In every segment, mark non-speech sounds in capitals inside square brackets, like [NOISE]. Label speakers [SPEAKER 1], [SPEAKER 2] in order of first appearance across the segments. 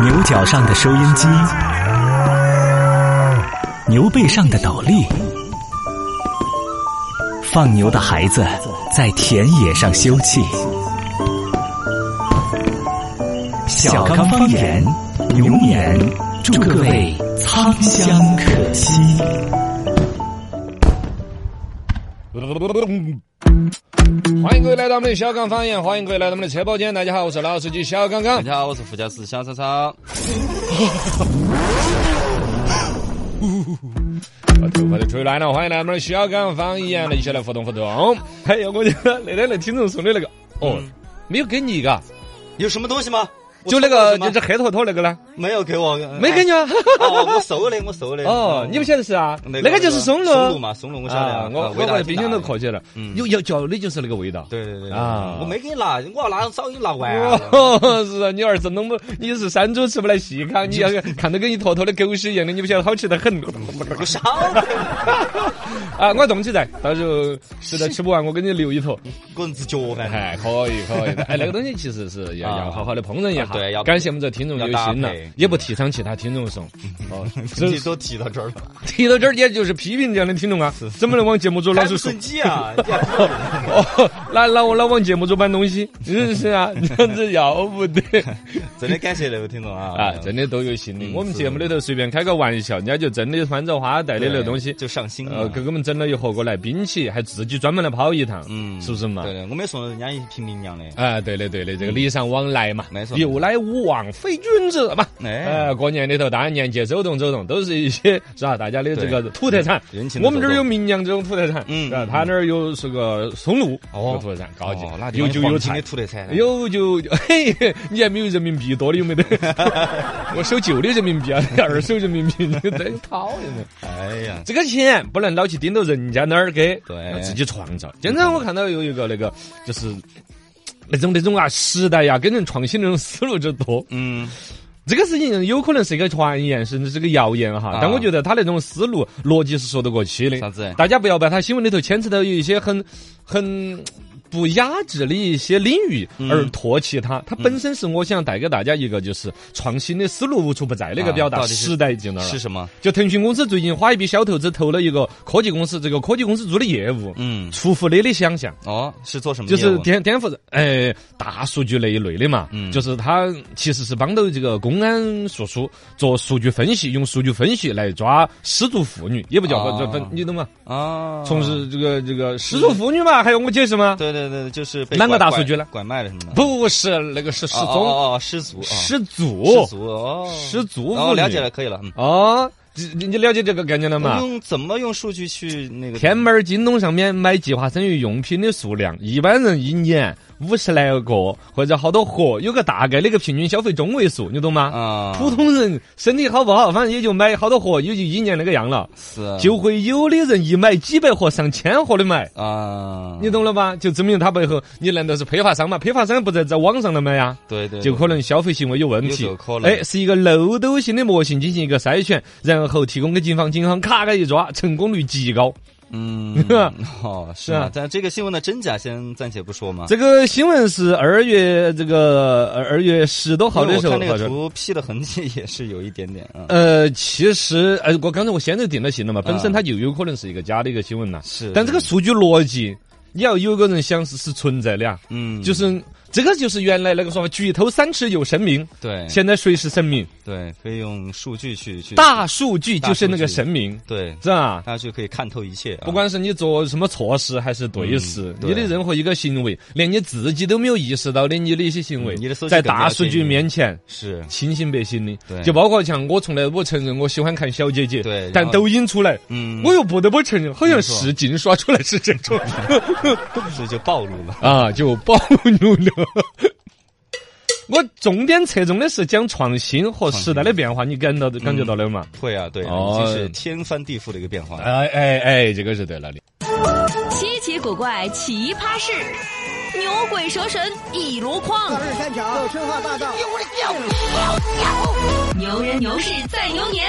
[SPEAKER 1] 牛角上的收音机，牛背上的斗笠，放牛的孩子在田野上休憩。小刚方言，牛年，祝各位仓香可期。
[SPEAKER 2] 欢迎各位来到我们的小刚方言，欢迎各位来到我们的车保间。大家好，我是老司机小刚刚
[SPEAKER 3] 大。家好，我是副驾驶小超超。
[SPEAKER 2] 把头发都吹乱了，欢迎来我们的小刚方言，来一起来互动互动。哎呀，我觉得那天那听众送的那个，哦，没有给你一个，
[SPEAKER 3] 有什么东西吗？我
[SPEAKER 2] 就那个
[SPEAKER 3] 收到
[SPEAKER 2] 就
[SPEAKER 3] 了什
[SPEAKER 2] 是
[SPEAKER 3] 么
[SPEAKER 2] 黑坨坨那个呢，
[SPEAKER 3] 没有给我，
[SPEAKER 2] 没给你啊？[LAUGHS]
[SPEAKER 3] 啊。哦，我收的，我收的。
[SPEAKER 2] 哦，你不晓得是啊？
[SPEAKER 3] 那
[SPEAKER 2] 那个就是松
[SPEAKER 3] 松
[SPEAKER 2] 露，
[SPEAKER 3] 露嘛，松露我晓得
[SPEAKER 2] 啊
[SPEAKER 3] 啊，，
[SPEAKER 2] 我
[SPEAKER 3] 味
[SPEAKER 2] 我
[SPEAKER 3] 道
[SPEAKER 2] 把
[SPEAKER 3] 挺
[SPEAKER 2] 冰
[SPEAKER 3] 大
[SPEAKER 2] 箱都
[SPEAKER 3] 的
[SPEAKER 2] 扣起来了
[SPEAKER 3] 嗯，
[SPEAKER 2] 有要嚼的就是那个味道。
[SPEAKER 3] 对对对
[SPEAKER 2] 啊
[SPEAKER 3] 啊，我没给你拿，我要拿早给你拿完了。
[SPEAKER 2] 哦， [LAUGHS] 是啊，你儿子弄不，你是山猪吃不来细糠，你要看到跟一坨坨的狗屎一样的，你不晓得好吃得很。 [LAUGHS]
[SPEAKER 3] 我少，
[SPEAKER 2] 啊，我冻起在，到时候实在吃不完，我给你留一坨。
[SPEAKER 3] 个人吃脚饭。
[SPEAKER 2] 哎，可以可以的， [LAUGHS] 哎，那个东西其实是要
[SPEAKER 3] 啊
[SPEAKER 2] 要好好的烹饪一下。
[SPEAKER 3] 啊对要
[SPEAKER 2] 感谢我们这听众有
[SPEAKER 3] 要搭
[SPEAKER 2] 心了
[SPEAKER 3] 配，
[SPEAKER 2] 也不提倡其他听众送。 [LAUGHS] 哦，这
[SPEAKER 3] 你都提到这儿了，
[SPEAKER 2] [LAUGHS] 提到这儿，也就是批评这样的听众啊，怎么能往节目组老
[SPEAKER 3] 还
[SPEAKER 2] 是
[SPEAKER 3] 不
[SPEAKER 2] 说
[SPEAKER 3] 生？气啊？
[SPEAKER 2] [LAUGHS] 哦，那那我那往节目组搬东西，是是 [LAUGHS] 啊，这样子要不得。
[SPEAKER 3] 真的感谢那位听众啊！
[SPEAKER 2] 啊，真的都有心的。
[SPEAKER 3] 嗯
[SPEAKER 2] 我们
[SPEAKER 3] 是
[SPEAKER 2] 节目里头随便开个玩笑，人家就真的穿着花带的
[SPEAKER 3] 对
[SPEAKER 2] 那东西，
[SPEAKER 3] 就上心
[SPEAKER 2] 呃，
[SPEAKER 3] 了。
[SPEAKER 2] 给我们整了一盒过来，冰起，还自己专门来跑一趟，
[SPEAKER 3] 嗯
[SPEAKER 2] 是不是嘛？
[SPEAKER 3] 对对，我们也送了人家一瓶名酿的。
[SPEAKER 2] 啊，对的对的，这个礼尚往来嘛
[SPEAKER 3] 没，错
[SPEAKER 2] 由来无往非君子嘛。
[SPEAKER 3] 哎，
[SPEAKER 2] 呃，过年里头，大家年节走动走动，都是一些是吧？大家的这个土特产
[SPEAKER 3] 人情。的
[SPEAKER 2] 我们这儿
[SPEAKER 3] 走
[SPEAKER 2] 有
[SPEAKER 3] 动
[SPEAKER 2] 名酿这种土特产，
[SPEAKER 3] 嗯
[SPEAKER 2] 是吧
[SPEAKER 3] 嗯
[SPEAKER 2] 他那儿有这个松露，
[SPEAKER 3] 哦
[SPEAKER 2] 有土特产高级
[SPEAKER 3] 哦那，地
[SPEAKER 2] 有
[SPEAKER 3] 方
[SPEAKER 2] 酒
[SPEAKER 3] 黄
[SPEAKER 2] 有
[SPEAKER 3] 金
[SPEAKER 2] 菜
[SPEAKER 3] 的，土特产。
[SPEAKER 2] 有哎就 [LAUGHS] 嘿，你还没有人民币多的有没得？ [LAUGHS] 我收旧的人民币啊， [LAUGHS] 二手人民币，你 [LAUGHS] 真讨厌了。
[SPEAKER 3] 哎呀，
[SPEAKER 2] 这个钱不能老去盯到人家那儿给，
[SPEAKER 3] 对
[SPEAKER 2] 要自己创造。经常我看到有一个那个就是。那种那种啊，时代呀、跟人创新那种思路就多。
[SPEAKER 3] 嗯，
[SPEAKER 2] 这个事情有可能是一个传言，甚至是个谣言哈。
[SPEAKER 3] 啊
[SPEAKER 2] 但我觉得他那种思路逻辑是说得过去的。
[SPEAKER 3] 啥子？
[SPEAKER 2] 大家不要把它新闻里头牵扯到有一些很很不雅致的一些领域而唾弃它。
[SPEAKER 3] 嗯
[SPEAKER 2] 它本身是我想带给大家一个就是创新的思路无处不在的一个
[SPEAKER 3] 啊
[SPEAKER 2] 表达，
[SPEAKER 3] 到底是
[SPEAKER 2] 时代进那儿
[SPEAKER 3] 是
[SPEAKER 2] 了。
[SPEAKER 3] 什么？
[SPEAKER 2] 就腾讯公司最近花一笔小投资投了一个科技公司，这个科技公司做的业务。
[SPEAKER 3] 嗯，
[SPEAKER 2] 出乎你的想象，
[SPEAKER 3] 哦，是做什么
[SPEAKER 2] 就
[SPEAKER 3] 业务？
[SPEAKER 2] 是颠颠覆着，哎，大数据那一类的嘛，
[SPEAKER 3] 嗯
[SPEAKER 2] 就是它其实是帮到这个公安叔叔做数据分析，用数据分析来抓失足妇女，也不叫
[SPEAKER 3] 哦
[SPEAKER 2] 分分，你懂吗？
[SPEAKER 3] 啊，
[SPEAKER 2] 从事这个这个失足妇女嘛，还要我解释吗？
[SPEAKER 3] [LAUGHS] 对对对，就是被
[SPEAKER 2] 哪个
[SPEAKER 3] 拐
[SPEAKER 2] 大数据呢
[SPEAKER 3] 拐拐卖了什么的？
[SPEAKER 2] 不是那个是失
[SPEAKER 3] 哦，哦
[SPEAKER 2] 踪
[SPEAKER 3] 哦哦，失足，啊
[SPEAKER 2] 失
[SPEAKER 3] 失
[SPEAKER 2] 足
[SPEAKER 3] 足哦，
[SPEAKER 2] 失足妇
[SPEAKER 3] 哦，
[SPEAKER 2] 女
[SPEAKER 3] 了解了，可以了。嗯，
[SPEAKER 2] 哦，你你你了解这个概念了吗？
[SPEAKER 3] 用怎么用数据去那个？
[SPEAKER 2] 天猫儿、京东上面买计划生育用品的数量，一般人一年五十来个或者好多盒，有个大概的一个平均消费中位数，你懂吗？
[SPEAKER 3] 啊，
[SPEAKER 2] 普通人身体好不好，反正也就买好多盒，也就一年那个样了。
[SPEAKER 3] 是
[SPEAKER 2] 就会有的人一买几百盒、上千盒的买，
[SPEAKER 3] 啊，
[SPEAKER 2] 你懂了吧？就证明他背后，你难道是批发商嘛？批发商不在在网上来买呀？
[SPEAKER 3] 对对，对
[SPEAKER 2] 就可能消费行为有问题
[SPEAKER 3] 有时候可，能
[SPEAKER 2] 哎，是一个漏斗型的模型进行一个筛选，然后提供给警方，警方咔咔一抓，成功率极高。 [LAUGHS]
[SPEAKER 3] 嗯，哦，是
[SPEAKER 2] 是啊
[SPEAKER 3] 啊，但这个新闻的真假先暂且不说嘛。
[SPEAKER 2] 这个新闻是二月这个二二月十多号
[SPEAKER 3] 因为
[SPEAKER 2] 的时候
[SPEAKER 3] 我看那
[SPEAKER 2] 好
[SPEAKER 3] 个
[SPEAKER 2] 像。
[SPEAKER 3] 图 P 的痕迹也是有一点点啊，
[SPEAKER 2] 呃，其实，呃，我刚才我先就定了型了嘛，本身
[SPEAKER 3] 啊
[SPEAKER 2] 它就有可能是一个假的一个新闻呐，
[SPEAKER 3] 是
[SPEAKER 2] 但这个数据逻辑，你要有个人想是是存在的啊，
[SPEAKER 3] 嗯，
[SPEAKER 2] 就是这个就是原来那个说法，举头三尺有神明，
[SPEAKER 3] 对
[SPEAKER 2] 现在谁是神明？
[SPEAKER 3] 对，可以用数据去去
[SPEAKER 2] 大数据就是那个
[SPEAKER 3] 大数据啊
[SPEAKER 2] 神明，
[SPEAKER 3] 对，
[SPEAKER 2] 是吧？
[SPEAKER 3] 大数据可以看透一切啊，
[SPEAKER 2] 不管是你做什么错事还是对事，
[SPEAKER 3] 嗯对
[SPEAKER 2] 你的任何一个行为，连你自己都没有意识到的你的一些行为，
[SPEAKER 3] 嗯你的手机
[SPEAKER 2] 在
[SPEAKER 3] 更了解
[SPEAKER 2] 大数据
[SPEAKER 3] 你
[SPEAKER 2] 面前。
[SPEAKER 3] 是
[SPEAKER 2] 清醒百姓的，
[SPEAKER 3] 对
[SPEAKER 2] 就包括像我从来我承认我喜欢看小姐姐，
[SPEAKER 3] 对然后
[SPEAKER 2] 但抖音出来，
[SPEAKER 3] 嗯，
[SPEAKER 2] 我又不得不承认，好像
[SPEAKER 3] 没错
[SPEAKER 2] 是净刷出来是这种
[SPEAKER 3] 这就暴露
[SPEAKER 2] [LAUGHS]
[SPEAKER 3] 了。
[SPEAKER 2] 啊，就暴露了。我重点侧重的是讲创新和时代的变化，你感到感觉到了吗？
[SPEAKER 3] 会啊，对啊，
[SPEAKER 2] 哦
[SPEAKER 3] 已经是天翻地覆的一个变化。
[SPEAKER 2] 哎哎哎，这个是对了的。
[SPEAKER 4] 稀奇古怪奇葩事，牛鬼蛇神一箩筐。
[SPEAKER 5] 日现场，有生化大盗。
[SPEAKER 4] 牛人牛事在牛年，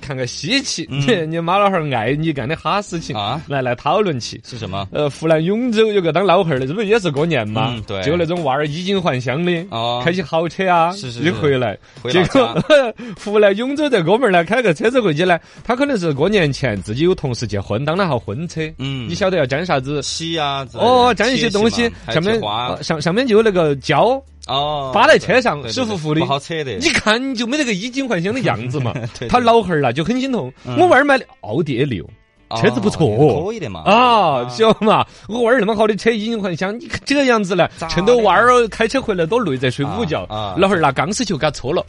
[SPEAKER 2] 看个稀奇， [LAUGHS] 你妈老汉儿爱你干的哈事情
[SPEAKER 3] 啊
[SPEAKER 2] 来来讨论起。
[SPEAKER 3] 是什么？
[SPEAKER 2] 呃，湖南永州有个当老汉儿的，这不也是过年嘛？
[SPEAKER 3] 嗯对
[SPEAKER 2] 就那种娃儿衣锦还乡的，
[SPEAKER 3] 哦
[SPEAKER 2] 开起豪车啊，
[SPEAKER 3] 是是
[SPEAKER 2] 一
[SPEAKER 3] 是
[SPEAKER 2] 回来，
[SPEAKER 3] 回
[SPEAKER 2] 结
[SPEAKER 3] 老
[SPEAKER 2] 果 [LAUGHS] 湖南永州这哥们儿呢，开个车子回去呢，他可能是过年前自己有同事结婚，当了号婚车，
[SPEAKER 3] 嗯
[SPEAKER 2] 你晓得要粘啥子？
[SPEAKER 3] 漆啊，之类的
[SPEAKER 2] 哦，粘一些东
[SPEAKER 3] 贴
[SPEAKER 2] 西
[SPEAKER 3] 纸嘛，还有
[SPEAKER 2] 上面
[SPEAKER 3] 贴花啊
[SPEAKER 2] 呃上上面就有那个胶，
[SPEAKER 3] 哦，
[SPEAKER 2] 扒在车上
[SPEAKER 3] 对对对
[SPEAKER 2] 舒服服的
[SPEAKER 3] 不好扯的。
[SPEAKER 2] 你看你就没那个衣锦还乡的样子嘛
[SPEAKER 3] [LAUGHS] 对。嗯对
[SPEAKER 2] 他老汉儿啊就很心痛，我娃儿买的奥迪 A 六。车子不错
[SPEAKER 3] 哦可以的嘛。
[SPEAKER 2] 啊，晓得嘛？我娃儿那么好的车，已经还乡，你看这样子了，趁着娃儿哦开车回来多累，再睡午觉
[SPEAKER 3] 啊啊，
[SPEAKER 2] 老汉儿拿钢丝球给他戳了。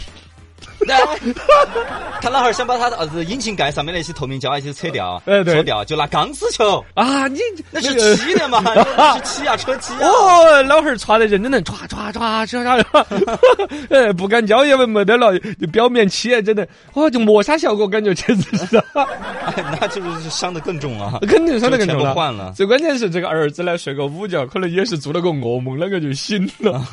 [SPEAKER 3] 他老汉儿想把他的呃子引擎盖上面那些透明胶啊，些扯掉，
[SPEAKER 2] 哎对
[SPEAKER 3] 戳掉，就拿钢丝球，
[SPEAKER 2] 啊，你
[SPEAKER 3] 那
[SPEAKER 2] 个
[SPEAKER 3] 是漆的
[SPEAKER 2] [LAUGHS]
[SPEAKER 3] 嘛，那是漆啊，车漆啊。
[SPEAKER 2] 哦，老汉儿歘得认真的，歘歘歘歘歘， [LAUGHS] 呃，不敢胶也没得了，表面漆啊真的，哦，就磨砂效果感觉简直是 [LAUGHS] 啊，
[SPEAKER 3] 哎那就是伤的更
[SPEAKER 2] [LAUGHS]
[SPEAKER 3] 重啊，
[SPEAKER 2] 肯定伤得更重
[SPEAKER 3] 就全
[SPEAKER 2] 了。
[SPEAKER 3] 部换了
[SPEAKER 2] 最关键是这个儿子呢，睡个午觉，可能也是做了个噩梦，那个就醒
[SPEAKER 3] [LAUGHS]
[SPEAKER 2] 了，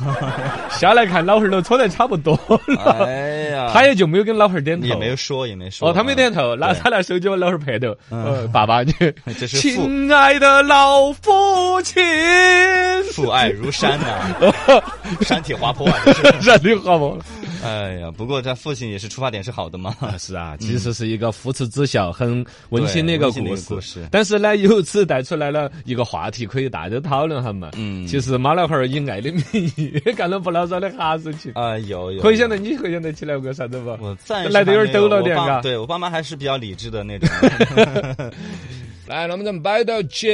[SPEAKER 2] 下来看老汉儿都搓得差不多了，
[SPEAKER 3] 哎呀，
[SPEAKER 2] 他也就没有跟老汉儿点头，
[SPEAKER 3] 也没有说，也没说。
[SPEAKER 2] 哦，他没点头，拿
[SPEAKER 3] 对
[SPEAKER 2] 他拿手机往老汉儿拍头，呃，爸爸，你 [LAUGHS]
[SPEAKER 3] 这是父
[SPEAKER 2] 亲爱的老父 [LAUGHS] 亲。
[SPEAKER 3] 父爱如山
[SPEAKER 2] [LAUGHS] 哦
[SPEAKER 3] 呐、山体滑坡啊，这是。
[SPEAKER 2] 让你好不？
[SPEAKER 3] 哎呀，不过他父亲也是出发点是好的嘛。 [LAUGHS]
[SPEAKER 2] 是啊，其实是一个父慈子孝、很嗯温馨的一个
[SPEAKER 3] 对
[SPEAKER 2] 故
[SPEAKER 3] 温馨的一
[SPEAKER 2] 事。
[SPEAKER 3] 个故事
[SPEAKER 2] 但是呢，由此带出来了一个话题，可以大家讨论下嘛。
[SPEAKER 3] 嗯
[SPEAKER 2] 其实马老汉儿以爱的名义也干了不老少的哈事情，
[SPEAKER 3] 啊，有有。
[SPEAKER 2] 可以想得，你回想得起来个啥子不？
[SPEAKER 3] 我暂时
[SPEAKER 2] 来得有点
[SPEAKER 3] 还
[SPEAKER 2] 抖
[SPEAKER 3] 没
[SPEAKER 2] 了点啊
[SPEAKER 3] 我爸
[SPEAKER 2] 嘎
[SPEAKER 3] 对我爸妈还是比较理智的那种。 [LAUGHS]
[SPEAKER 2] 来，那么咱们摆到起，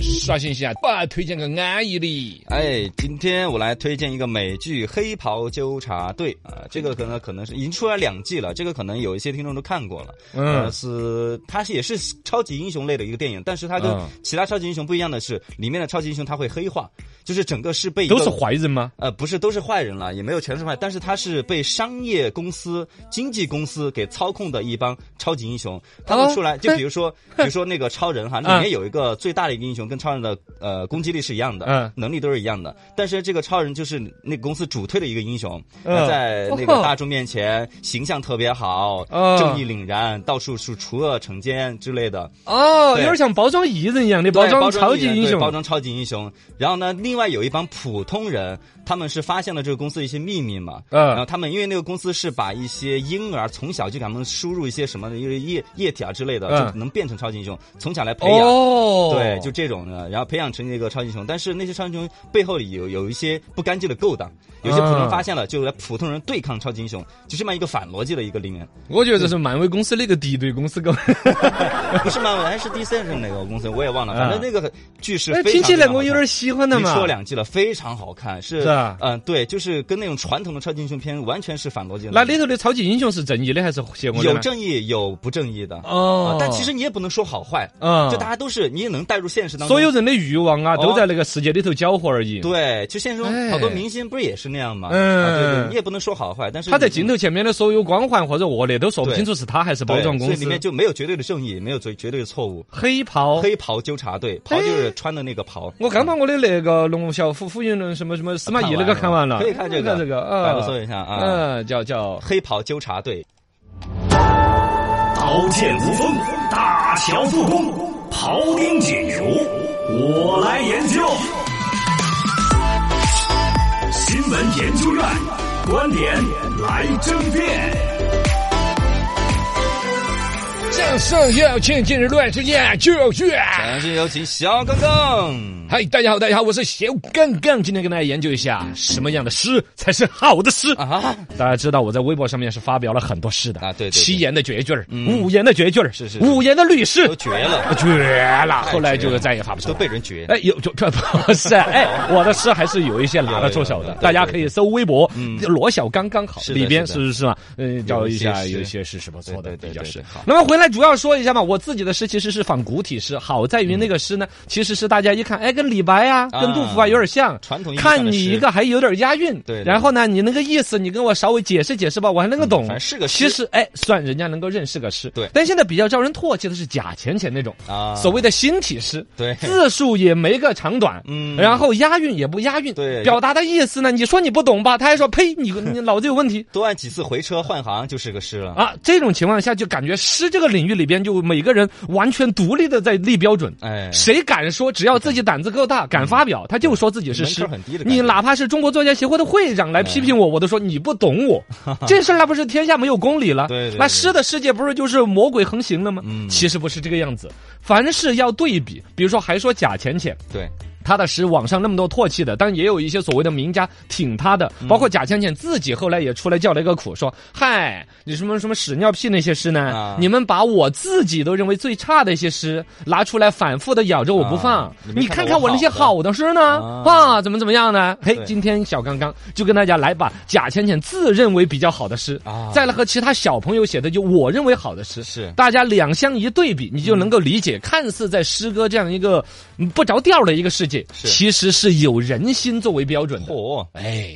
[SPEAKER 2] 刷新一下，把推荐个安逸的。
[SPEAKER 3] 哎，今天我来推荐一个美剧《黑袍纠察队》啊、这个可能可能是已经出来两季了，这个可能有一些听众都看过了。
[SPEAKER 2] 嗯
[SPEAKER 3] 呃是它是也是超级英雄类的一个电影，但是它跟
[SPEAKER 2] 嗯
[SPEAKER 3] 其他超级英雄不一样的是，里面的超级英雄他会黑化，就是整个是被一个
[SPEAKER 2] 都是坏人吗？
[SPEAKER 3] 呃，不是都是坏人了，也没有全是坏，但是他是被商业公司、经纪公司给操控的一帮超级英雄。他
[SPEAKER 2] 哦
[SPEAKER 3] 们出
[SPEAKER 2] [LAUGHS]
[SPEAKER 3] 来，就比如说，比如说那个超
[SPEAKER 2] 嗯
[SPEAKER 3] 人哈，里面有一个最大的一个英雄，跟超人的呃攻击力是一样的，
[SPEAKER 2] 嗯
[SPEAKER 3] 能力都是一样的。但是这个超人就是那个公司主推的一个英雄，
[SPEAKER 2] 嗯
[SPEAKER 3] 他在那个大众面前形象特别好，
[SPEAKER 2] 哦
[SPEAKER 3] 正义凛然，到处是除恶惩奸之类的。
[SPEAKER 2] 哦，有
[SPEAKER 3] 对
[SPEAKER 2] 点像包装艺人一样的
[SPEAKER 3] 对
[SPEAKER 2] 包装超级
[SPEAKER 3] 艺人
[SPEAKER 2] 英
[SPEAKER 3] 对
[SPEAKER 2] 雄
[SPEAKER 3] 包。装超级英雄。然后呢，另外有一帮普通人，他们是发现了这个公司的一些秘密嘛。
[SPEAKER 2] 嗯
[SPEAKER 3] 然后他们因为那个公司是把一些婴儿从小就给他们输入一些什么的，就是液液体啊之类的，
[SPEAKER 2] 嗯
[SPEAKER 3] 就能变成超级英雄，从小来培养。
[SPEAKER 2] 哦，
[SPEAKER 3] 对，就这种的，然后培养成一个超级英雄，但是那些超级英雄背后里有有一些不干净的勾当，有些普
[SPEAKER 2] 嗯
[SPEAKER 3] 通人发现了，就来普通人对抗超级英雄，就这么一个反逻辑的一个里面，
[SPEAKER 2] 我觉得这是漫威公司的哎一个敌对公司
[SPEAKER 3] [LAUGHS]
[SPEAKER 2] 搞。
[SPEAKER 3] 不是漫威还是 DC 是哪个公司我也忘了，反正那个剧是
[SPEAKER 2] 嗯哎，
[SPEAKER 3] 非常
[SPEAKER 2] 听起来
[SPEAKER 3] 非常好
[SPEAKER 2] 我有
[SPEAKER 3] 看
[SPEAKER 2] 点喜欢的
[SPEAKER 3] 你
[SPEAKER 2] 嘛。
[SPEAKER 3] 说两季了，非常好看，是
[SPEAKER 2] 是啊
[SPEAKER 3] 嗯、对，就是跟那种传统的超级英雄片完全是反逻辑的。
[SPEAKER 2] 那里头的超级英雄是正义的还是邪恶的呢？
[SPEAKER 3] 有正义有不正义的
[SPEAKER 2] 哦
[SPEAKER 3] 啊但其实你也不能说好坏，
[SPEAKER 2] 嗯
[SPEAKER 3] 就大家都是你也能带入现实当中。
[SPEAKER 2] 所有人的欲望啊，
[SPEAKER 3] 哦
[SPEAKER 2] 都在那个世界里头搅和而已。
[SPEAKER 3] 对，就现实
[SPEAKER 2] 哎
[SPEAKER 3] 中好多明星不是也是那样吗？
[SPEAKER 2] 嗯
[SPEAKER 3] 啊、对对，你也不能说好坏，但是
[SPEAKER 2] 他在
[SPEAKER 3] 你
[SPEAKER 2] 镜头前面的所有光环或者恶劣都说不
[SPEAKER 3] 对
[SPEAKER 2] 清楚是他还是包装
[SPEAKER 3] 对
[SPEAKER 2] 公
[SPEAKER 3] 所以里
[SPEAKER 2] 司。
[SPEAKER 3] 面就没有绝对的正义，没有绝绝对的错误。
[SPEAKER 2] 黑袍。
[SPEAKER 3] 黑袍纠察队，袍就是穿的那个袍。
[SPEAKER 2] 哦哎我刚把我的那个《龙小虎虎云论》什么什么司马懿那个看完了，
[SPEAKER 3] 可以看这
[SPEAKER 2] 看
[SPEAKER 3] 个
[SPEAKER 2] 这个，
[SPEAKER 3] 百
[SPEAKER 2] 啊
[SPEAKER 3] 度，搜一下啊
[SPEAKER 2] 嗯，叫叫
[SPEAKER 3] 黑袍纠察队，
[SPEAKER 1] 刀剑无锋，大乔复工，庖丁解牛，我来研究。新闻研究院观点来争辩。
[SPEAKER 2] 掌声有请今日乱世研究院。
[SPEAKER 3] 掌声哎有请小刚刚。
[SPEAKER 2] 嗨，大家好，大家好，我是小刚刚，今天跟大家研究一下什么样的诗才是好的诗
[SPEAKER 3] 啊，
[SPEAKER 2] 大家知道我在微博上面是发表了很多诗的
[SPEAKER 3] 啊对对对
[SPEAKER 2] 七言的绝句儿，五言的绝句儿，
[SPEAKER 3] 是是是
[SPEAKER 2] 五言的律诗
[SPEAKER 3] 都，绝了，
[SPEAKER 2] 绝了，后来
[SPEAKER 3] 绝
[SPEAKER 2] 就
[SPEAKER 3] 了
[SPEAKER 2] 再也发不出
[SPEAKER 3] 都
[SPEAKER 2] 来。
[SPEAKER 3] 被人绝。
[SPEAKER 2] 哎，有就这 [LAUGHS] 不是哎，我的诗还是有一些拿得出手
[SPEAKER 3] 有有
[SPEAKER 2] 的
[SPEAKER 3] 有，对
[SPEAKER 2] 大家可以搜微博
[SPEAKER 3] 嗯
[SPEAKER 2] “罗小刚刚好”，
[SPEAKER 3] 是的
[SPEAKER 2] 里边
[SPEAKER 3] 是
[SPEAKER 2] 是
[SPEAKER 3] 的
[SPEAKER 2] 不是嘛？嗯，找一下，
[SPEAKER 3] 有
[SPEAKER 2] 有
[SPEAKER 3] 一
[SPEAKER 2] 一些
[SPEAKER 3] 些
[SPEAKER 2] 是是不错的，
[SPEAKER 3] 对对对
[SPEAKER 2] 比较
[SPEAKER 3] 对
[SPEAKER 2] 是
[SPEAKER 3] 对好。
[SPEAKER 2] 那么回来才主要说一下嘛，我自己的诗其实是仿古体诗，好在于那个诗呢，其实是大家一看，哎，跟李白啊，
[SPEAKER 3] 啊
[SPEAKER 2] 跟杜甫啊有点像，
[SPEAKER 3] 传统意义上的诗
[SPEAKER 2] 看你一个还有点押韵，
[SPEAKER 3] 对对
[SPEAKER 2] 然后呢，你那个意思你跟我稍微解释解释吧，我还能够懂，
[SPEAKER 3] 嗯反正是个诗
[SPEAKER 2] 其实哎，算人家能够认识个诗，
[SPEAKER 3] 对
[SPEAKER 2] 但现在比较招人唾弃的是假钱钱那种
[SPEAKER 3] 啊
[SPEAKER 2] 所谓的新体诗，
[SPEAKER 3] 对
[SPEAKER 2] 字数也没个长短，
[SPEAKER 3] 嗯
[SPEAKER 2] 然后押韵也不押韵，
[SPEAKER 3] 对
[SPEAKER 2] 表达的意思呢，你说你不懂吧，他还说呸，你你脑子有问题，
[SPEAKER 3] 多按几次回车换行就是个诗了。
[SPEAKER 2] 啊，这种情况下就感觉诗这个领域里边，就每个人完全独立的在立标准。
[SPEAKER 3] 哎，嗯
[SPEAKER 2] 谁敢说，只要自己胆子够大，敢发表，他就说自己是诗
[SPEAKER 3] 门槛很低的。感觉哎
[SPEAKER 2] 你哪怕是中国作家协会的会长来批评我，我都说你不懂
[SPEAKER 3] [LAUGHS]
[SPEAKER 2] 我。这事儿那不是天下没有公理了？
[SPEAKER 3] 对对对
[SPEAKER 2] 那诗的世界不是就是魔鬼横行了吗？
[SPEAKER 3] 嗯
[SPEAKER 2] 其实不是这个样子，凡事要对比。比如说，还说贾浅浅，
[SPEAKER 3] 对，
[SPEAKER 2] 他的诗网上那么多唾弃的，但也有一些所谓的名家挺他的，包括贾浅浅自己后来也出来叫了一个苦，说：“嗨，你什么什么屎尿屁那些诗呢？
[SPEAKER 3] 啊
[SPEAKER 2] 你们把我自己都认为最差的一些诗拿出来反复的咬着我不放，
[SPEAKER 3] 啊
[SPEAKER 2] 你
[SPEAKER 3] 你
[SPEAKER 2] 看
[SPEAKER 3] 看
[SPEAKER 2] 看
[SPEAKER 3] 看
[SPEAKER 2] 我
[SPEAKER 3] 我
[SPEAKER 2] 那些好的诗呢
[SPEAKER 3] 好的
[SPEAKER 2] 啊怎么怎么样呢？嘿，
[SPEAKER 3] 对
[SPEAKER 2] 今天小刚刚就跟大家来把贾浅浅自认为比较好的诗，
[SPEAKER 3] 啊
[SPEAKER 2] 再来和其他小朋友写的就我认为好的诗，
[SPEAKER 3] 是
[SPEAKER 2] 大家两相一对比，你就能够理解，看似在诗歌这样一个嗯不着调的一个世界，
[SPEAKER 3] 是
[SPEAKER 2] 其实是有人心作为标准的。
[SPEAKER 3] 嚯、
[SPEAKER 2] 哎，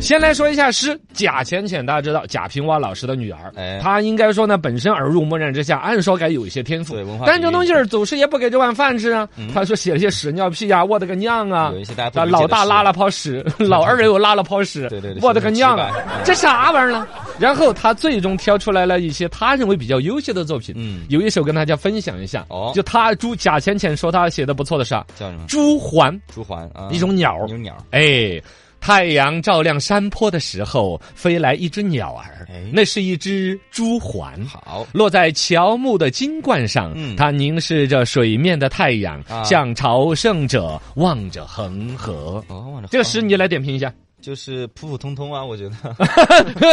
[SPEAKER 2] 先来说一下诗，贾浅浅大家知道，贾平凹老师的女儿，
[SPEAKER 3] 哎
[SPEAKER 2] 她应该说呢，本身耳濡目染之下，按说该有一些天赋
[SPEAKER 3] 对文，化
[SPEAKER 2] 但这种东
[SPEAKER 3] 底蕴嗯
[SPEAKER 2] 西儿总是也不给这碗饭吃啊。她说写了些屎尿屁啊，我的个娘啊！
[SPEAKER 3] 有一些大家不
[SPEAKER 2] 啊
[SPEAKER 3] 理解的
[SPEAKER 2] 老大
[SPEAKER 3] 事
[SPEAKER 2] 拉了泡屎，
[SPEAKER 3] [LAUGHS]
[SPEAKER 2] 老二又拉了泡屎，
[SPEAKER 3] 对对对
[SPEAKER 2] 我的个娘啊
[SPEAKER 3] 是很奇怪！
[SPEAKER 2] 这啥玩意儿呢？然后他最终挑出来了一些他认为比较优秀的作品，
[SPEAKER 3] 嗯
[SPEAKER 2] 有一首跟大家分享一下，
[SPEAKER 3] 哦
[SPEAKER 2] 就他朱贾浅浅说他写的不错的是啊，
[SPEAKER 3] 叫什么？
[SPEAKER 2] 朱鹮，
[SPEAKER 3] 朱鹮啊，
[SPEAKER 2] 一种鸟儿，
[SPEAKER 3] 有鸟儿，
[SPEAKER 2] 哎，太阳照亮山坡的时候，飞来一只鸟儿，
[SPEAKER 3] 哎
[SPEAKER 2] 那是一只朱鹮。
[SPEAKER 3] 好，
[SPEAKER 2] 落在乔木的金冠上，
[SPEAKER 3] 嗯
[SPEAKER 2] 它凝视着水面的太阳，
[SPEAKER 3] 啊
[SPEAKER 2] 像朝圣者望着恒河。
[SPEAKER 3] 哦，忘了
[SPEAKER 2] 这个诗你来点评一下。 [LAUGHS]
[SPEAKER 3] 就是普普通通啊，我觉得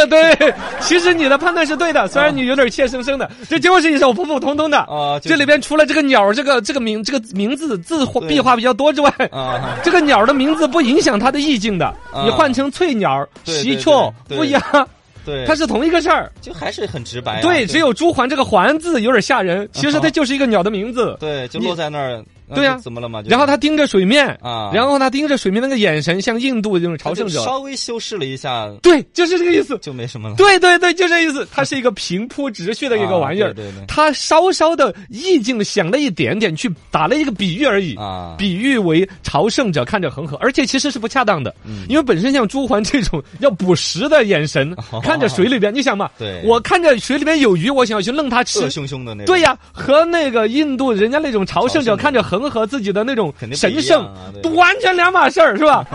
[SPEAKER 2] 对，其实你的判断是对
[SPEAKER 3] 哦
[SPEAKER 2] 的，虽然你有点怯生生的，这就是一首普普通通的。
[SPEAKER 3] 啊 [LAUGHS] 就是
[SPEAKER 2] 这里边除了这个鸟儿这个这个名这个名字字画
[SPEAKER 3] 对
[SPEAKER 2] 壁画比较多之外，
[SPEAKER 3] 啊，
[SPEAKER 2] 这个鸟儿的名字不影响它的意境的。
[SPEAKER 3] 啊
[SPEAKER 2] 你换成翠鸟儿、
[SPEAKER 3] 对
[SPEAKER 2] 喜
[SPEAKER 3] 对
[SPEAKER 2] 鹊、
[SPEAKER 3] 对
[SPEAKER 2] 乌鸦，
[SPEAKER 3] 对，
[SPEAKER 2] 它是同一个事儿。
[SPEAKER 3] 就还是很直白啊、
[SPEAKER 2] 对，
[SPEAKER 3] 就
[SPEAKER 2] 只有朱鹮这个“鹮”字有点吓人，其实它
[SPEAKER 3] 啊
[SPEAKER 2] 就是一个鸟的名字。
[SPEAKER 3] 对，就
[SPEAKER 2] 你
[SPEAKER 3] 落在那儿，那
[SPEAKER 2] 对啊
[SPEAKER 3] 就怎么了嘛？就是
[SPEAKER 2] 然后它盯着水面
[SPEAKER 3] 啊
[SPEAKER 2] 然后它盯着水面那个眼神，像印度这种朝圣
[SPEAKER 3] 就
[SPEAKER 2] 者。
[SPEAKER 3] 稍微修饰了一下，
[SPEAKER 2] 对，就是这个意思。
[SPEAKER 3] 就没什么了。
[SPEAKER 2] 对对对，就这意思。它是一个平铺直叙的一个玩意儿，
[SPEAKER 3] 啊对对对
[SPEAKER 2] 它稍稍的意境想了一点点，去打了一个比喻而已。
[SPEAKER 3] 啊
[SPEAKER 2] 比喻为朝圣者看着恒河，而且其实是不恰当的，
[SPEAKER 3] 嗯
[SPEAKER 2] 因为本身像朱鹮这种要捕食的眼
[SPEAKER 3] [LAUGHS]
[SPEAKER 2] 神，看着水里边，你想嘛，
[SPEAKER 3] 哦对
[SPEAKER 2] 我看着水里边有鱼，我想要去弄它吃，
[SPEAKER 3] 恶凶凶的那种。
[SPEAKER 2] 对呀、和那个印度人家那种朝圣
[SPEAKER 3] 朝
[SPEAKER 2] 者
[SPEAKER 3] 圣者
[SPEAKER 2] 看着恒河自己的那种
[SPEAKER 3] 肯定不
[SPEAKER 2] 神
[SPEAKER 3] 一
[SPEAKER 2] 圣，
[SPEAKER 3] 样啊对
[SPEAKER 2] 都完全两码事儿，是
[SPEAKER 3] [LAUGHS]
[SPEAKER 2] 吧？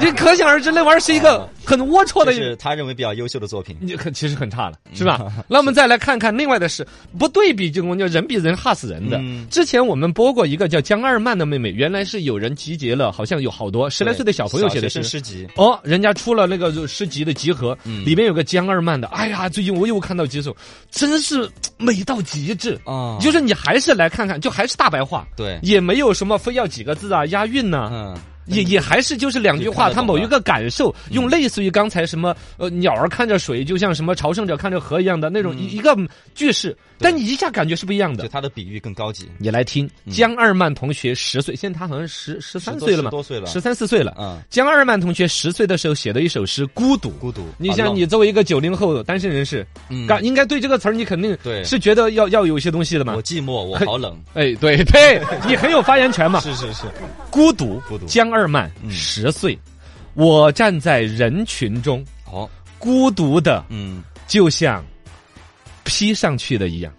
[SPEAKER 2] 你可想而知，那玩意儿是一
[SPEAKER 3] 哦
[SPEAKER 2] 个很龌龊
[SPEAKER 3] 这
[SPEAKER 2] 的一。
[SPEAKER 3] 是他认为比较优秀的作品。
[SPEAKER 2] 你很其实很差了，是吧？
[SPEAKER 3] 嗯
[SPEAKER 2] 那我们再来看看另外的是不对比这种叫人比人吓死人的。
[SPEAKER 3] 嗯
[SPEAKER 2] 之前我们播过一个叫江二曼的妹妹，原来是有人集结了，好像有好多十来岁的小朋友写的
[SPEAKER 3] 是嗯
[SPEAKER 2] 诗。
[SPEAKER 3] 诗集，
[SPEAKER 2] 哦，人家出了那个诗集的集合，里面有个江二曼的。哎呀，最近我又看到几首，真是美到极致
[SPEAKER 3] 啊
[SPEAKER 2] 就是你还是来看看，就还是大白话，
[SPEAKER 3] 对
[SPEAKER 2] 也没有什么非要几个字啊、押韵呐、
[SPEAKER 3] 嗯，
[SPEAKER 2] 也也还是就是两句话，
[SPEAKER 3] 就看得懂
[SPEAKER 2] 他某一
[SPEAKER 3] 了
[SPEAKER 2] 个感受，
[SPEAKER 3] 嗯
[SPEAKER 2] 用类似于刚才什么呃鸟儿看着水，就像什么朝圣者看着河一样的那种一一个句式，但你一下感觉是不一样
[SPEAKER 3] 嗯就
[SPEAKER 2] 的。
[SPEAKER 3] 他的比喻更高级。
[SPEAKER 2] 你来听江二曼同学十岁，现在他好像十十三
[SPEAKER 3] 十多
[SPEAKER 2] 岁了嘛，
[SPEAKER 3] 十多岁了
[SPEAKER 2] 十三四岁了。
[SPEAKER 3] 嗯，
[SPEAKER 2] 江二曼同学十岁的时候写的一首诗《孤独》，
[SPEAKER 3] 孤独
[SPEAKER 2] 你
[SPEAKER 3] 好
[SPEAKER 2] 像
[SPEAKER 3] 浪
[SPEAKER 2] 你作为一个九零后单身人士，
[SPEAKER 3] 嗯
[SPEAKER 2] 感应该对这个词儿你肯定
[SPEAKER 3] 对
[SPEAKER 2] 是觉得要要有一些东西的嘛
[SPEAKER 3] 我。寂寞，我好
[SPEAKER 2] [LAUGHS]
[SPEAKER 3] 冷。
[SPEAKER 2] 哎，对
[SPEAKER 3] [LAUGHS]
[SPEAKER 2] 对，你很有发言权嘛。
[SPEAKER 3] 是是是，
[SPEAKER 2] 孤独，
[SPEAKER 3] 孤独嗯
[SPEAKER 2] 江二曼，十岁，我站在人群中，
[SPEAKER 3] 好，
[SPEAKER 2] 孤独的，
[SPEAKER 3] 嗯，
[SPEAKER 2] 就像披上去的一样，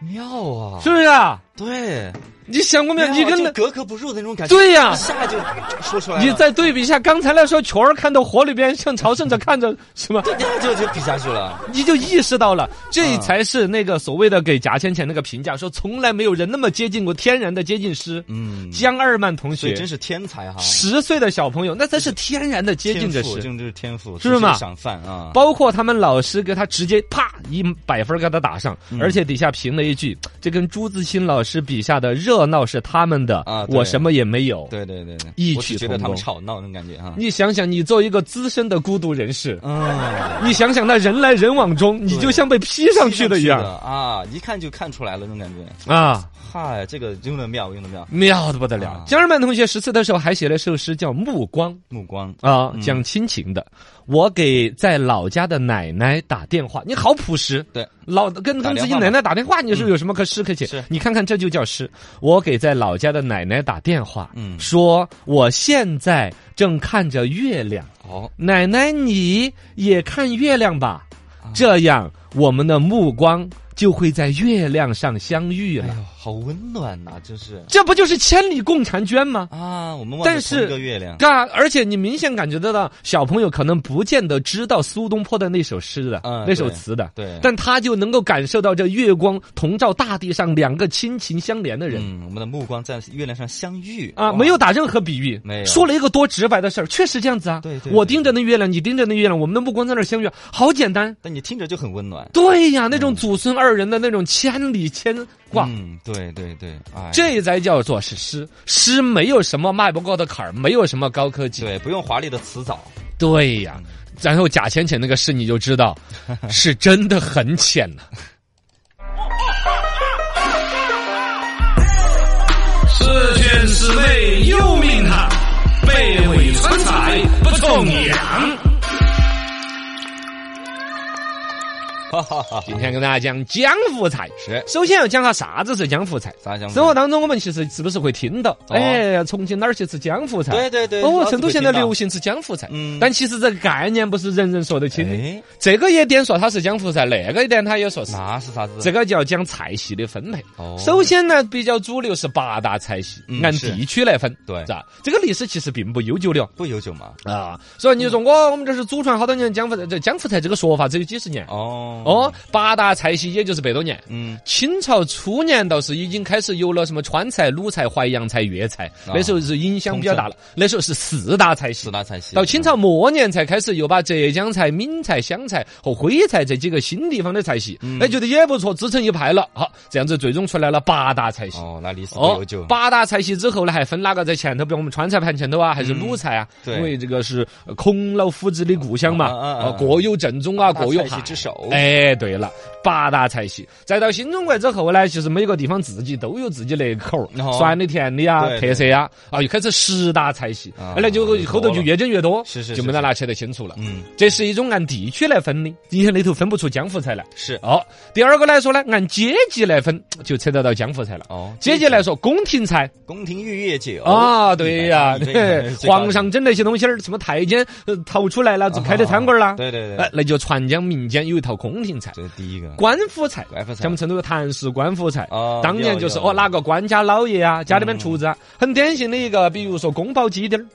[SPEAKER 3] 妙啊，
[SPEAKER 2] 是不是啊？
[SPEAKER 3] 对，
[SPEAKER 2] 你想过没有？你跟
[SPEAKER 3] 就
[SPEAKER 2] 那
[SPEAKER 3] 格格不入的那种感觉，
[SPEAKER 2] 对呀
[SPEAKER 3] 一、下就说出来了，
[SPEAKER 2] 你再对比一下刚才那说球儿看到河里边，像朝圣者看着什么，
[SPEAKER 3] 这就就比下去了，
[SPEAKER 2] 你就意识到了，这
[SPEAKER 3] 嗯
[SPEAKER 2] 才是那个所谓的给贾浅浅那个评价，说从来没有人那么接近过天然的接近诗。
[SPEAKER 3] 嗯，
[SPEAKER 2] 江二曼同
[SPEAKER 3] 所以
[SPEAKER 2] 学
[SPEAKER 3] 真，是天才哈，
[SPEAKER 2] 十岁的小朋友，那才是天然的接
[SPEAKER 3] 天
[SPEAKER 2] 近着
[SPEAKER 3] 赋，
[SPEAKER 2] 诗
[SPEAKER 3] 这。种就是天赋，
[SPEAKER 2] 是不是嘛
[SPEAKER 3] 这赏饭啊，
[SPEAKER 2] 包括他们老
[SPEAKER 3] 嗯
[SPEAKER 2] 师给他直接啪一百分儿给他打上，而且底下评了一句，这跟朱自清老老师笔下的热闹是他们的，
[SPEAKER 3] 啊对
[SPEAKER 2] 我什么也没有。
[SPEAKER 3] 对对对对，
[SPEAKER 2] 异
[SPEAKER 3] 我是
[SPEAKER 2] 曲
[SPEAKER 3] 觉得
[SPEAKER 2] 同
[SPEAKER 3] 他们
[SPEAKER 2] 工
[SPEAKER 3] 吵闹那种感觉啊。
[SPEAKER 2] 你想想，你作为一个资深的孤独人士，
[SPEAKER 3] 嗯，
[SPEAKER 2] 你想想那人来人往中，你就像被 P 上去的一
[SPEAKER 3] 是
[SPEAKER 2] 样
[SPEAKER 3] 啊，一看就看出来了那种感觉。
[SPEAKER 2] 啊，
[SPEAKER 3] 嗨，这个用的妙，用的妙，
[SPEAKER 2] 妙的不得了
[SPEAKER 3] 啊。
[SPEAKER 2] 江二曼同学十四的时候还写了首诗叫《目光》。
[SPEAKER 3] 目光
[SPEAKER 2] 啊，讲亲情的。我给在老家的奶奶打电话，你好朴实。
[SPEAKER 3] 对，
[SPEAKER 2] 老跟
[SPEAKER 3] 打
[SPEAKER 2] 跟自
[SPEAKER 3] 电
[SPEAKER 2] 己
[SPEAKER 3] 话
[SPEAKER 2] 奶
[SPEAKER 3] 嘛嗯
[SPEAKER 2] 奶打电话，你是有什么可诗可写？
[SPEAKER 3] 是
[SPEAKER 2] 你看看这就叫诗。我给在老家的奶奶打电话，
[SPEAKER 3] 嗯
[SPEAKER 2] 说我现在正看着月亮，
[SPEAKER 3] 哦，
[SPEAKER 2] 奶奶你也看月亮吧，
[SPEAKER 3] 啊
[SPEAKER 2] 这样我们的目光就会在月亮上相遇
[SPEAKER 3] 哎
[SPEAKER 2] 了。
[SPEAKER 3] 呦，好温暖呐、真是
[SPEAKER 2] 这不就是千里共婵娟吗？
[SPEAKER 3] 啊，我们望
[SPEAKER 2] 但
[SPEAKER 3] 着同
[SPEAKER 2] 是
[SPEAKER 3] 一个月亮
[SPEAKER 2] 嘎，而且你明显感觉得到，小朋友可能不见得知道苏东坡的那首诗的、
[SPEAKER 3] 嗯
[SPEAKER 2] 那首
[SPEAKER 3] 对
[SPEAKER 2] 词的，
[SPEAKER 3] 对
[SPEAKER 2] 但他就能够感受到这月光同照大地上两个亲情相连的人、
[SPEAKER 3] 嗯，我们的目光在月亮上相遇
[SPEAKER 2] 啊，
[SPEAKER 3] 哇
[SPEAKER 2] 没有打任何比喻，
[SPEAKER 3] 没有
[SPEAKER 2] 说了一个多直白的事儿，确实这样子啊。
[SPEAKER 3] 对对
[SPEAKER 2] 我
[SPEAKER 3] 对
[SPEAKER 2] 盯着那月亮，你盯着那月亮，我们的目光在那儿相遇，好简单。
[SPEAKER 3] 但你听着就很温暖。
[SPEAKER 2] 对呀，那种祖孙二人的那种千里牵挂。
[SPEAKER 3] 嗯，对对对，哎，
[SPEAKER 2] 这才叫做是诗，诗没有什么迈不过的坎儿，没有什么高科技，
[SPEAKER 3] 对不用华丽的辞藻，
[SPEAKER 2] 对呀，
[SPEAKER 3] 嗯
[SPEAKER 2] 然后贾浅浅那个事你就知
[SPEAKER 3] [LAUGHS]
[SPEAKER 2] 道，是真的很浅了、
[SPEAKER 1] 是权是美有名堂，百味川菜不重样。
[SPEAKER 3] 哈哈哈，
[SPEAKER 2] 今天跟大家讲江湖菜，
[SPEAKER 3] 是
[SPEAKER 2] 首先要讲下啥子是江湖菜。
[SPEAKER 3] 啥想法
[SPEAKER 2] 生活当中，我们其实是不是会听到？
[SPEAKER 3] 哦
[SPEAKER 2] 哎，重庆哪儿去吃江湖菜？
[SPEAKER 3] 对对对
[SPEAKER 2] 哦
[SPEAKER 3] 老，
[SPEAKER 2] 成都
[SPEAKER 3] 子会
[SPEAKER 2] 现在
[SPEAKER 3] 听到
[SPEAKER 2] 流行吃江湖菜。
[SPEAKER 3] 嗯
[SPEAKER 2] 但其实这个概念不是人人说得清的。
[SPEAKER 3] 哎，
[SPEAKER 2] 这个一点说它是江湖菜，那个一点它也说是。
[SPEAKER 3] 那是啥子？
[SPEAKER 2] 这个就要讲菜系的分配。
[SPEAKER 3] 哦
[SPEAKER 2] 首先呢，比较主流是八大菜系，
[SPEAKER 3] 嗯
[SPEAKER 2] 按
[SPEAKER 3] 是
[SPEAKER 2] 地区来分，
[SPEAKER 3] 对
[SPEAKER 2] 是吧？这个历史其实并不悠久了。
[SPEAKER 3] 不悠久嘛？
[SPEAKER 2] 啊，所以你说我我们这是祖传好多年江湖菜，这江湖菜这个说法只有几十年
[SPEAKER 3] 哦
[SPEAKER 2] 哦，，八大菜系也就是百多年。
[SPEAKER 3] 嗯，
[SPEAKER 2] 清朝初年倒是已经开始有了什么川菜、鲁菜、淮扬菜、粤菜，
[SPEAKER 3] 啊
[SPEAKER 2] 那时候是影响比较大了。那时候是四大菜系
[SPEAKER 3] 四。大菜系
[SPEAKER 2] 到清朝末年才开始又把浙江菜、闽菜、湘菜和徽菜这几个新地方的菜系，
[SPEAKER 3] 嗯
[SPEAKER 2] 哎，觉得也不错，自成一派了。好，这样子最终出来了八大菜系。
[SPEAKER 3] 哦，那历史不
[SPEAKER 2] 哦
[SPEAKER 3] 悠久，，
[SPEAKER 2] 八大菜系之后呢，还分哪个在前头？比如我们川菜盘前头啊，还是鲁菜啊？
[SPEAKER 3] 嗯对
[SPEAKER 2] 因为这个是呃孔老夫子的故乡嘛，
[SPEAKER 3] 啊啊啊
[SPEAKER 2] 呃各有正宗啊，
[SPEAKER 3] 八大
[SPEAKER 2] 各有
[SPEAKER 3] 菜系
[SPEAKER 2] 派
[SPEAKER 3] 之首
[SPEAKER 2] 哎，对了，八大菜系。再到新中国之后呢，其实每个地方自己都有自己那口儿
[SPEAKER 3] 哦，
[SPEAKER 2] 酸的、甜的啊，
[SPEAKER 3] 对
[SPEAKER 2] 特色呀，啊，又开始十大菜系，
[SPEAKER 3] 啊
[SPEAKER 2] 哎，那就
[SPEAKER 3] 就
[SPEAKER 2] 后头
[SPEAKER 3] 多
[SPEAKER 2] 就
[SPEAKER 3] 了
[SPEAKER 2] 越整越多，
[SPEAKER 3] 是是
[SPEAKER 2] 就是没得
[SPEAKER 3] 是
[SPEAKER 2] 拿起得清楚了。
[SPEAKER 3] 嗯，
[SPEAKER 2] 这是一种按地区来分的，你看里头分不出江湖菜来。
[SPEAKER 3] 是
[SPEAKER 2] 哦，第二个来说呢，按阶级来分，就扯得到江湖菜了。
[SPEAKER 3] 哦，
[SPEAKER 2] 阶级来说，宫廷菜
[SPEAKER 3] 宫廷玉液酒
[SPEAKER 2] 啊，对呀，
[SPEAKER 3] 一杯一杯
[SPEAKER 2] 对
[SPEAKER 3] 最高
[SPEAKER 2] 皇上整那些东西儿，什么太监呃逃出来了，
[SPEAKER 3] 级
[SPEAKER 2] 开的餐馆儿啦，
[SPEAKER 3] 对哦对
[SPEAKER 2] 哎
[SPEAKER 3] 对，，
[SPEAKER 2] 那就传江民间有一套宫廷菜，
[SPEAKER 3] 这是第一个
[SPEAKER 2] 官府菜。
[SPEAKER 3] 嗯官府菜
[SPEAKER 2] 像我们成都有谭氏官府菜
[SPEAKER 3] 哦，嗯
[SPEAKER 2] 当年就是
[SPEAKER 3] 有有
[SPEAKER 2] 哦哪个官家老爷啊，家里面厨子啊，很典型的一个，比如说宫保鸡丁儿，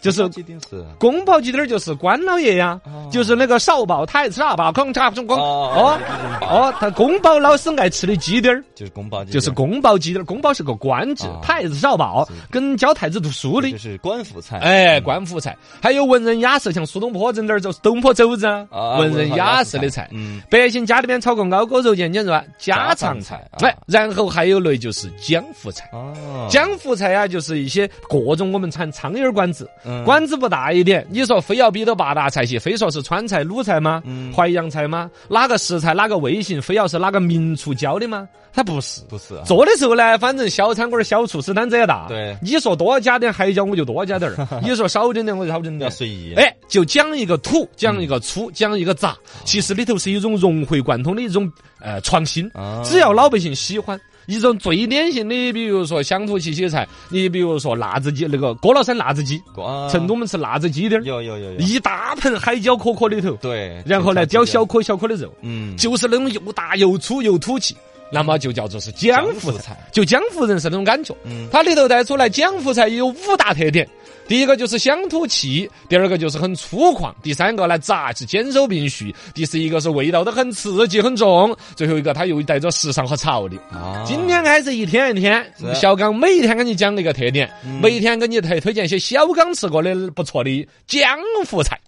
[SPEAKER 2] 就是
[SPEAKER 3] 鸡丁是
[SPEAKER 2] 宫保鸡丁儿就是官老爷呀
[SPEAKER 3] 哦，
[SPEAKER 2] 就是那个少保太子啊，把空叉空空
[SPEAKER 3] 哦
[SPEAKER 2] 哦哦，他宫保老师爱吃的鸡丁儿。
[SPEAKER 3] 就是宫保鸡
[SPEAKER 2] 就
[SPEAKER 3] 丁，
[SPEAKER 2] 是宫保鸡丁儿，宫保是个官职
[SPEAKER 3] 啊，
[SPEAKER 2] 太子少保
[SPEAKER 3] 是
[SPEAKER 2] 跟教太子读书的
[SPEAKER 3] 就，是官府菜，
[SPEAKER 2] 哎，官府菜，还有文人雅士，像苏东坡这点儿走东坡肘子啊，
[SPEAKER 3] 啊
[SPEAKER 2] 文人雅士的菜。
[SPEAKER 3] 嗯，
[SPEAKER 2] 百姓家里边炒个熬锅肉，简简软，家常菜
[SPEAKER 3] 家。常菜
[SPEAKER 2] 哎
[SPEAKER 3] 啊，
[SPEAKER 2] 然后还有类就是江湖菜。
[SPEAKER 3] 哦，
[SPEAKER 2] 江湖菜啊，就是一些各种我们产苍蝇馆子，
[SPEAKER 3] 嗯
[SPEAKER 2] 馆子不大一点，你说非要比到八大菜系，非说是川菜、鲁菜吗？
[SPEAKER 3] 嗯
[SPEAKER 2] 淮扬菜吗？哪个食材哪个味型，非要是哪个名厨教的吗？它不是。
[SPEAKER 3] 不是啊
[SPEAKER 2] 做的时候呢，反正小餐馆儿小厨师胆子也大。
[SPEAKER 3] 对
[SPEAKER 2] 你说多加点海椒，我就多加点
[SPEAKER 3] [LAUGHS]
[SPEAKER 2] 儿；你说少整点，我就少整
[SPEAKER 3] 要啊
[SPEAKER 2] 点。
[SPEAKER 3] 随意，
[SPEAKER 2] 哎，就讲一个土，讲一个粗，讲一个杂，其实里头是一种融会贯通的一种呃创新
[SPEAKER 3] 啊，
[SPEAKER 2] 只要老百姓喜欢。一种最典型的，比如说乡土气息菜，你比如说辣子鸡，那个歌老山辣子鸡，
[SPEAKER 3] 啊
[SPEAKER 2] 成都我们吃辣子鸡丁儿，
[SPEAKER 3] 有有有有，
[SPEAKER 2] 一大盆海椒壳壳里头，
[SPEAKER 3] 对，
[SPEAKER 2] 然后呢
[SPEAKER 3] 这
[SPEAKER 2] 雕
[SPEAKER 3] 个
[SPEAKER 2] 小
[SPEAKER 3] 鸡
[SPEAKER 2] 颗小颗的肉，
[SPEAKER 3] 嗯，
[SPEAKER 2] 就是那种又大又粗又土气，那么就叫做是江湖
[SPEAKER 3] 江湖
[SPEAKER 2] 菜
[SPEAKER 3] 菜，
[SPEAKER 2] 就江湖人士那种感觉。
[SPEAKER 3] 嗯
[SPEAKER 2] 它里头带出来江湖菜也有五大特点。第一个就是乡土气，第二个就是很粗犷，第三个呢杂是兼收并蓄，第四一个是味道都很刺激很重，最后一个它又带着时尚和潮流。
[SPEAKER 3] 啊
[SPEAKER 2] 今天开始一天一天，
[SPEAKER 3] 是嗯
[SPEAKER 2] 小刚每一天给你讲一个特点，每一天给你推推荐一些小刚吃过的不错的江湖菜。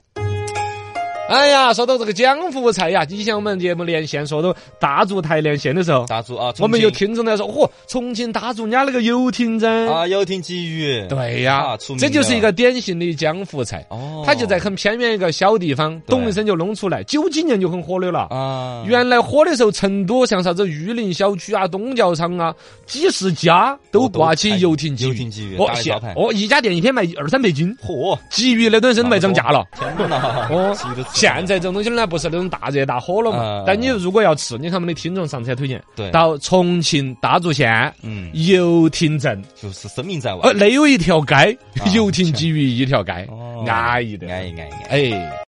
[SPEAKER 2] 哎呀，说到这个江湖菜呀，以前我们节目连线说到大足台连线的时候，
[SPEAKER 3] 大足啊，重庆
[SPEAKER 2] 我们有听众在说，嚯，重庆大足人家那个游艇噻。
[SPEAKER 3] 啊，游艇鲫鱼，
[SPEAKER 2] 对呀、
[SPEAKER 3] 啊出名
[SPEAKER 2] 这就是
[SPEAKER 3] 了
[SPEAKER 2] 一个典型的江湖菜。
[SPEAKER 3] 哦，
[SPEAKER 2] 它就在很偏远一个小地方，
[SPEAKER 3] 对
[SPEAKER 2] 咚一声就弄出来，九几年就很火的了。
[SPEAKER 3] 啊，
[SPEAKER 2] 原来火的时候，成都像啥子玉林小区啊、东角场啊，几十家都挂起游艇鲫
[SPEAKER 3] 游
[SPEAKER 2] 鱼
[SPEAKER 3] 艇。鲫鱼，
[SPEAKER 2] 哦
[SPEAKER 3] 打，
[SPEAKER 2] 现
[SPEAKER 3] 招牌，
[SPEAKER 2] 哦，一家店一天卖二三百斤，
[SPEAKER 3] 嚯，
[SPEAKER 2] 鲫鱼那顿是卖涨价了。[LAUGHS]
[SPEAKER 3] 天哪， [LAUGHS]
[SPEAKER 2] 哦
[SPEAKER 3] 鲫鱼都吃，不
[SPEAKER 2] 现
[SPEAKER 3] 了
[SPEAKER 2] 在这种东西呢，不是那种大热大火了嘛
[SPEAKER 3] 嗯？
[SPEAKER 2] 但你如果要吃，你看我们的听众上次也推荐，
[SPEAKER 3] 对
[SPEAKER 2] 到重庆大足县
[SPEAKER 3] 嗯，
[SPEAKER 2] 游艇镇，
[SPEAKER 3] 就是生命在
[SPEAKER 2] 呃，
[SPEAKER 3] 玩，
[SPEAKER 2] 那有一条街 [LAUGHS]
[SPEAKER 3] 啊，
[SPEAKER 2] 游艇鲫鱼一条街
[SPEAKER 3] 哦，
[SPEAKER 2] 安逸的，
[SPEAKER 3] 安逸安逸安逸。
[SPEAKER 2] 哎。